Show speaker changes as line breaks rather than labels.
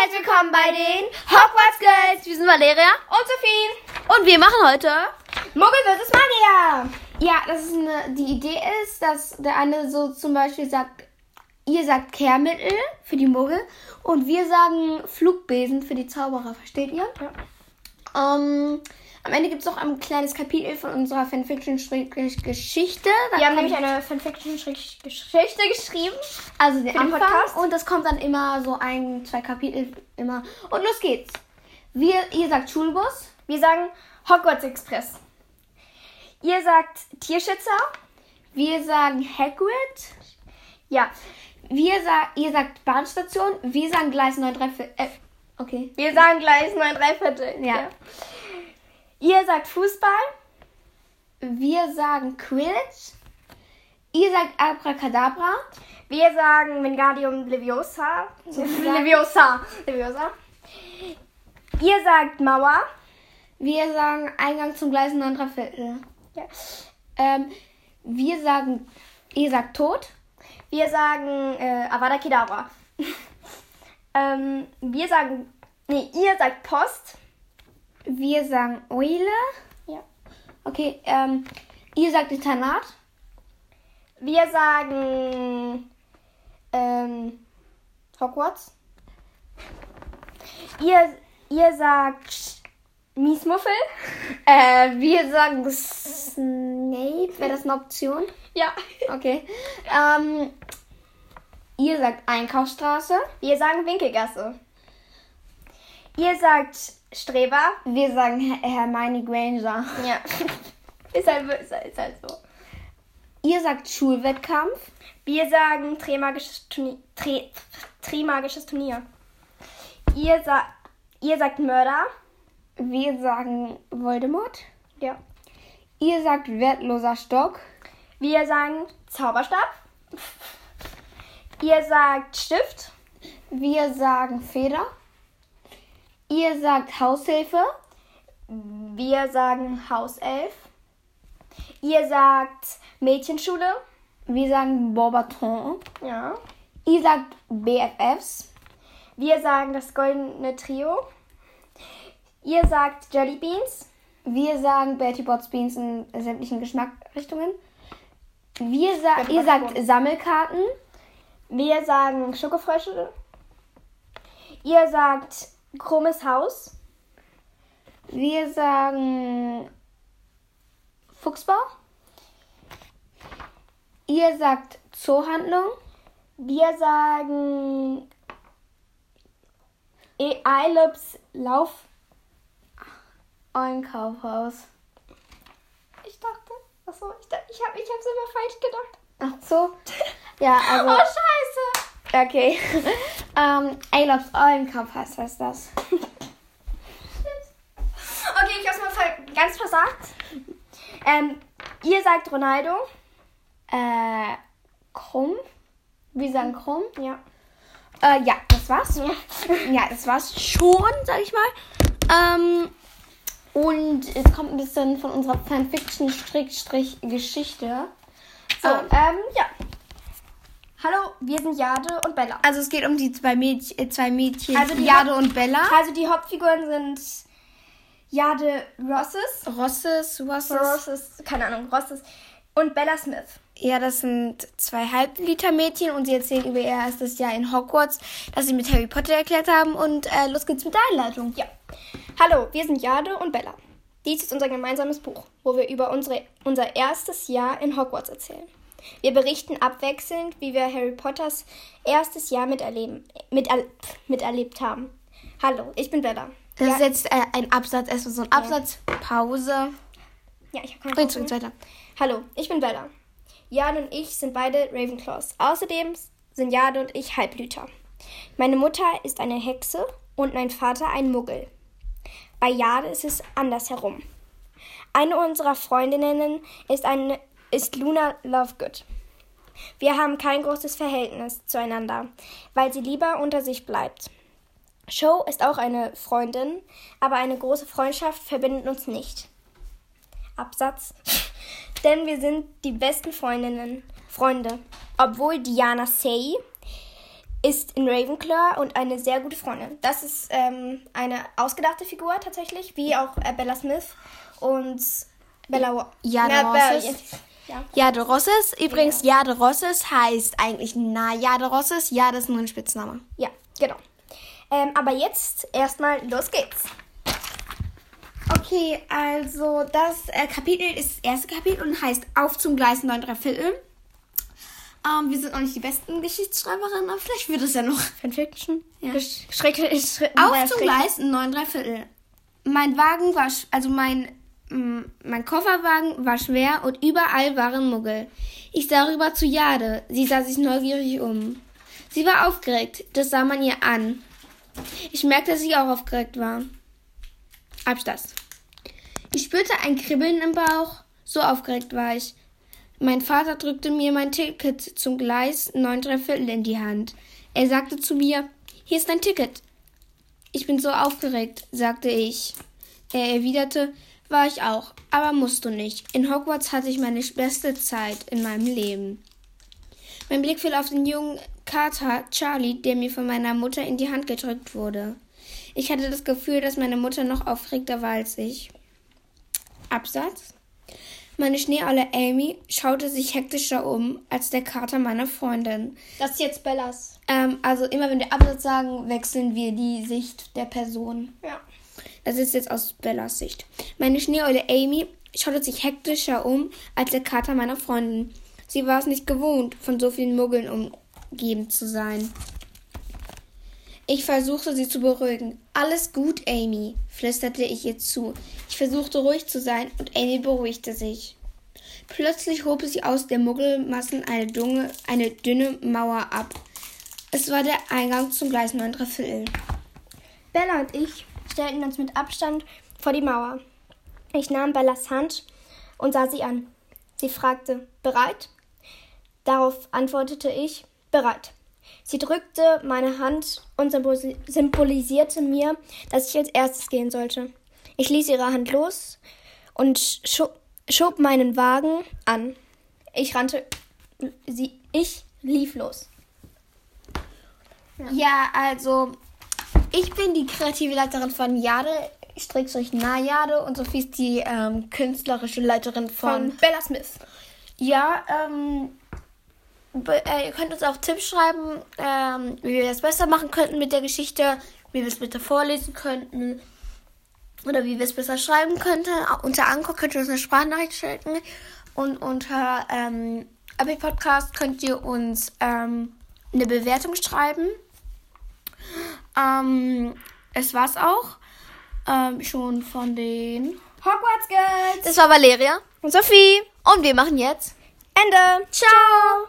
herzlich willkommen bei den Hogwarts Girls.
Wir sind Valeria
Und Sophie,
und wir machen heute.
Muggel vs. Magier. Ja, das ist eine, die Idee ist, dass der eine so zum Beispiel sagt, ihr sagt Kehrmittel für die Muggel und wir sagen Flugbesen für die Zauberer, versteht ihr? Ja. Ähm, am Ende gibt es auch ein kleines Kapitel von unserer Fanfiction-Geschichte.
Wir haben nämlich eine Fanfiction-Geschichte geschrieben.
Also den
Für den
Anfang
Podcast?
und das kommt dann immer so ein, zwei Kapitel immer. Und los geht's. Wir, ihr sagt Schulbus,
Wir sagen Hogwarts Express. Ihr sagt Tierschützer.
wir sagen Hagrid,
Ja,
wir sa ihr sagt Bahnstation, wir sagen Gleis 93 äh, okay.
wir sagen Gleis 9 Dreiviertel.
Ja.
Ihr sagt Fußball.
Wir sagen Quidditch, ihr sagt Abracadabra,
Wir sagen Wingardium Leviosa.
Sozusagen.
Leviosa. Leviosa. Ihr sagt Mauer.
wir sagen Eingang zum Gleis 93 Viertel.
Ja.
äh, Ähm, wir sagen, ihr sagt Tod,
Wir sagen äh, Avada Kedavra. ähm, wir sagen. Nee, ihr sagt Post.
wir sagen Eule,
Ja.
okay, ähm, ihr sagt Internat,
Wir sagen ähm, Hogwarts. Ihr, ihr sagt Miesmuffel.
Äh, wir sagen Snape. Wäre das eine Option?
Ja.
Okay. Ähm, ihr sagt Einkaufsstraße.
Wir sagen Winkelgasse. Ihr sagt Streber.
Wir sagen Her Hermione Granger.
Ja. ist, halt, ist, halt, ist halt so.
Ihr sagt Schulwettkampf.
Wir sagen Drehmagisches Turnier. Dreh, Drehmagisches Turnier. Ihr, sa ihr sagt Mörder.
Wir sagen Voldemort.
Ja.
Ihr sagt wertloser Stock.
Wir sagen Zauberstab. Ihr sagt Stift.
Wir sagen Feder. Ihr sagt Haushilfe.
Wir sagen Hauself. Ihr sagt Mädchenschule.
Wir sagen Bourbaton.
Ja.
Ihr sagt BFFs.
Wir sagen das goldene Trio. Ihr sagt Jellybeans.
Wir sagen Betty Bots Beans in sämtlichen Geschmackrichtungen. Wir sa
Betty
ihr
Bots
sagt
Beans.
Sammelkarten.
Wir sagen Schokofrösche. Ihr sagt krummes Haus.
Wir sagen Fuchsbau. Ihr sagt Zoohandlung.
Wir sagen E- Eilops Lauf.
Einkaufhaus.
Ich dachte, achso, ich, da- ich habe ich hab's immer falsch gedacht.
Ach so. Ja,
Oh,
also.
scheiße.
Okay. ähm, Eilops Einkaufhaus heißt das.
Okay, ich hab's mal ver- ganz versagt. Ähm, ihr sagt Ronaldo.
Äh, krumm. Wir sagen krumm.
Ja.
Äh, ja, das war's. Ja, das war's schon, sag ich mal. Ähm, und jetzt kommt ein bisschen von unserer Fanfiction-Geschichte.
So,
Ähm,
ähm, ja. Hallo, wir sind Jade und Bella.
also es geht um die zwei, Mädch äh, zwei Mädchen,
Also die
Jade und Bella.
Also die Hauptfiguren sind Jade Rosses.
Rosses, Rosses.
Rosses, keine Ahnung, Rosses. Und Bella Smith.
Ja, das sind zwei Halbliter-Mädchen und sie erzählen über ihr erstes Jahr in Hogwarts, das sie mit Harry Potter erklärt haben. Und äh, los geht's mit der Einleitung.
Ja. Hallo, wir sind Jade und Bella. Dies ist unser gemeinsames Buch, wo wir über unsere, unser erstes Jahr in Hogwarts erzählen. Wir berichten abwechselnd, wie wir Harry Potters erstes Jahr miterleben, miter, miterlebt haben. Hallo, ich bin Bella.
Das
Ja.
ist jetzt äh, ein Absatz, erstmal so ein Absatz, Pause.
Ja, ich habe
Und
keine
jetzt geht's
Ahnung.
weiter.
Hallo, ich bin Bella. Jade und ich sind beide Ravenclaws. Außerdem sind Jade und ich Halblüter. Meine Mutter ist eine Hexe und mein Vater ein Muggel. Bei Jade ist es andersherum. Eine unserer Freundinnen ist, eine, ist Luna Lovegood. Wir haben kein großes Verhältnis zueinander, weil sie lieber unter sich bleibt. Show ist auch eine Freundin, aber eine große Freundschaft verbindet uns nicht. Absatz. Denn wir sind die besten Freundinnen, Freunde. Obwohl Diana Say ist in Ravenclaw und eine sehr gute Freundin. Das ist ähm, eine ausgedachte Figur tatsächlich, wie auch äh, Bella Smith und Bella Wa
Jade
Na,
Rosses.
Bella- Ja.
Jade Rosses, übrigens Jade Rosses heißt eigentlich, na, Jade Rosses, Jade ist nur ein Spitzname.
ja, genau. Ähm, aber jetzt erstmal los geht's.
Okay, also das äh, Kapitel ist das erste Kapitel und heißt Auf zum Gleis 9 3 Viertel. Ähm, wir sind noch nicht die besten Geschichtsschreiberinnen, aber vielleicht wird es ja noch.
Fanfiction?
Ja.
Gesch- Schreck, Schreck,
Auf
ja,
zum
Schreck-
Gleis 9 3 Viertel. Mein Wagen war, sch- also mein, mm, mein Kofferwagen war schwer und überall waren Muggel. Ich sah rüber zu Jade. Sie sah sich neugierig um. Sie war aufgeregt. Das sah man ihr an. Ich merkte, dass ich auch aufgeregt war. Absatz. Ich spürte ein Kribbeln im Bauch. So aufgeregt war ich. Mein Vater drückte mir mein Ticket zum Gleis 9 3 Viertel in die Hand. Er sagte zu mir, hier ist dein Ticket. Ich bin so aufgeregt, sagte ich. Er erwiderte, war ich auch, aber musst du nicht. In Hogwarts hatte ich meine beste Zeit in meinem Leben. Mein Blick fiel auf den jungen Kater Charlie, der mir von meiner Mutter in die Hand gedrückt wurde. Ich hatte das Gefühl, dass meine Mutter noch aufgeregter war als ich. Absatz. Meine Schneeolle Amy schaute sich hektischer um als der Kater meiner Freundin.
Das ist jetzt Bellas.
Ähm, also immer wenn wir Absatz sagen, wechseln wir die Sicht der Person.
Ja.
Das ist jetzt aus Bellas Sicht. Meine Schneeeule Amy schaute sich hektischer um als der Kater meiner Freundin. Sie war es nicht gewohnt, von so vielen Muggeln umgeben zu sein. Ich versuchte sie zu beruhigen. Alles gut, Amy, flüsterte ich ihr zu. Ich versuchte ruhig zu sein und Amy beruhigte sich. Plötzlich hob sie aus der Muggelmassen eine, dunge, eine dünne Mauer ab. Es war der Eingang zum Gleis 9 3 Viertel.
Bella und ich stellten uns mit Abstand vor die Mauer. Ich nahm Bellas Hand und sah sie an. Sie fragte, bereit? Darauf antwortete ich, bereit. Sie drückte meine Hand und symbol- symbolisierte mir, dass ich als erstes gehen sollte. Ich ließ ihre Hand los und scho schob meinen Wagen an. Ich rannte, sie, ich lief los.
Ja, also ich bin die kreative Leiterin von Jade, Strickstrich Jade und Sophie ist die ähm, künstlerische Leiterin von.
Von Bella Smith.
Ja, ähm, be- äh, ihr könnt uns auch Tipps schreiben, ähm, wie wir das besser machen könnten mit der Geschichte, wie wir es bitte vorlesen könnten oder wie wir es besser schreiben könnten. Au- Unter Anchor könnt ihr uns eine Sprachnachricht schicken und unter ähm, Apple Podcast könnt ihr uns ähm, eine Bewertung schreiben. Ähm, es war's auch ähm, schon von den.
Hogwarts Girls!
Das war Valeria
Und Sophie!
und wir machen jetzt
Ende!
Ciao.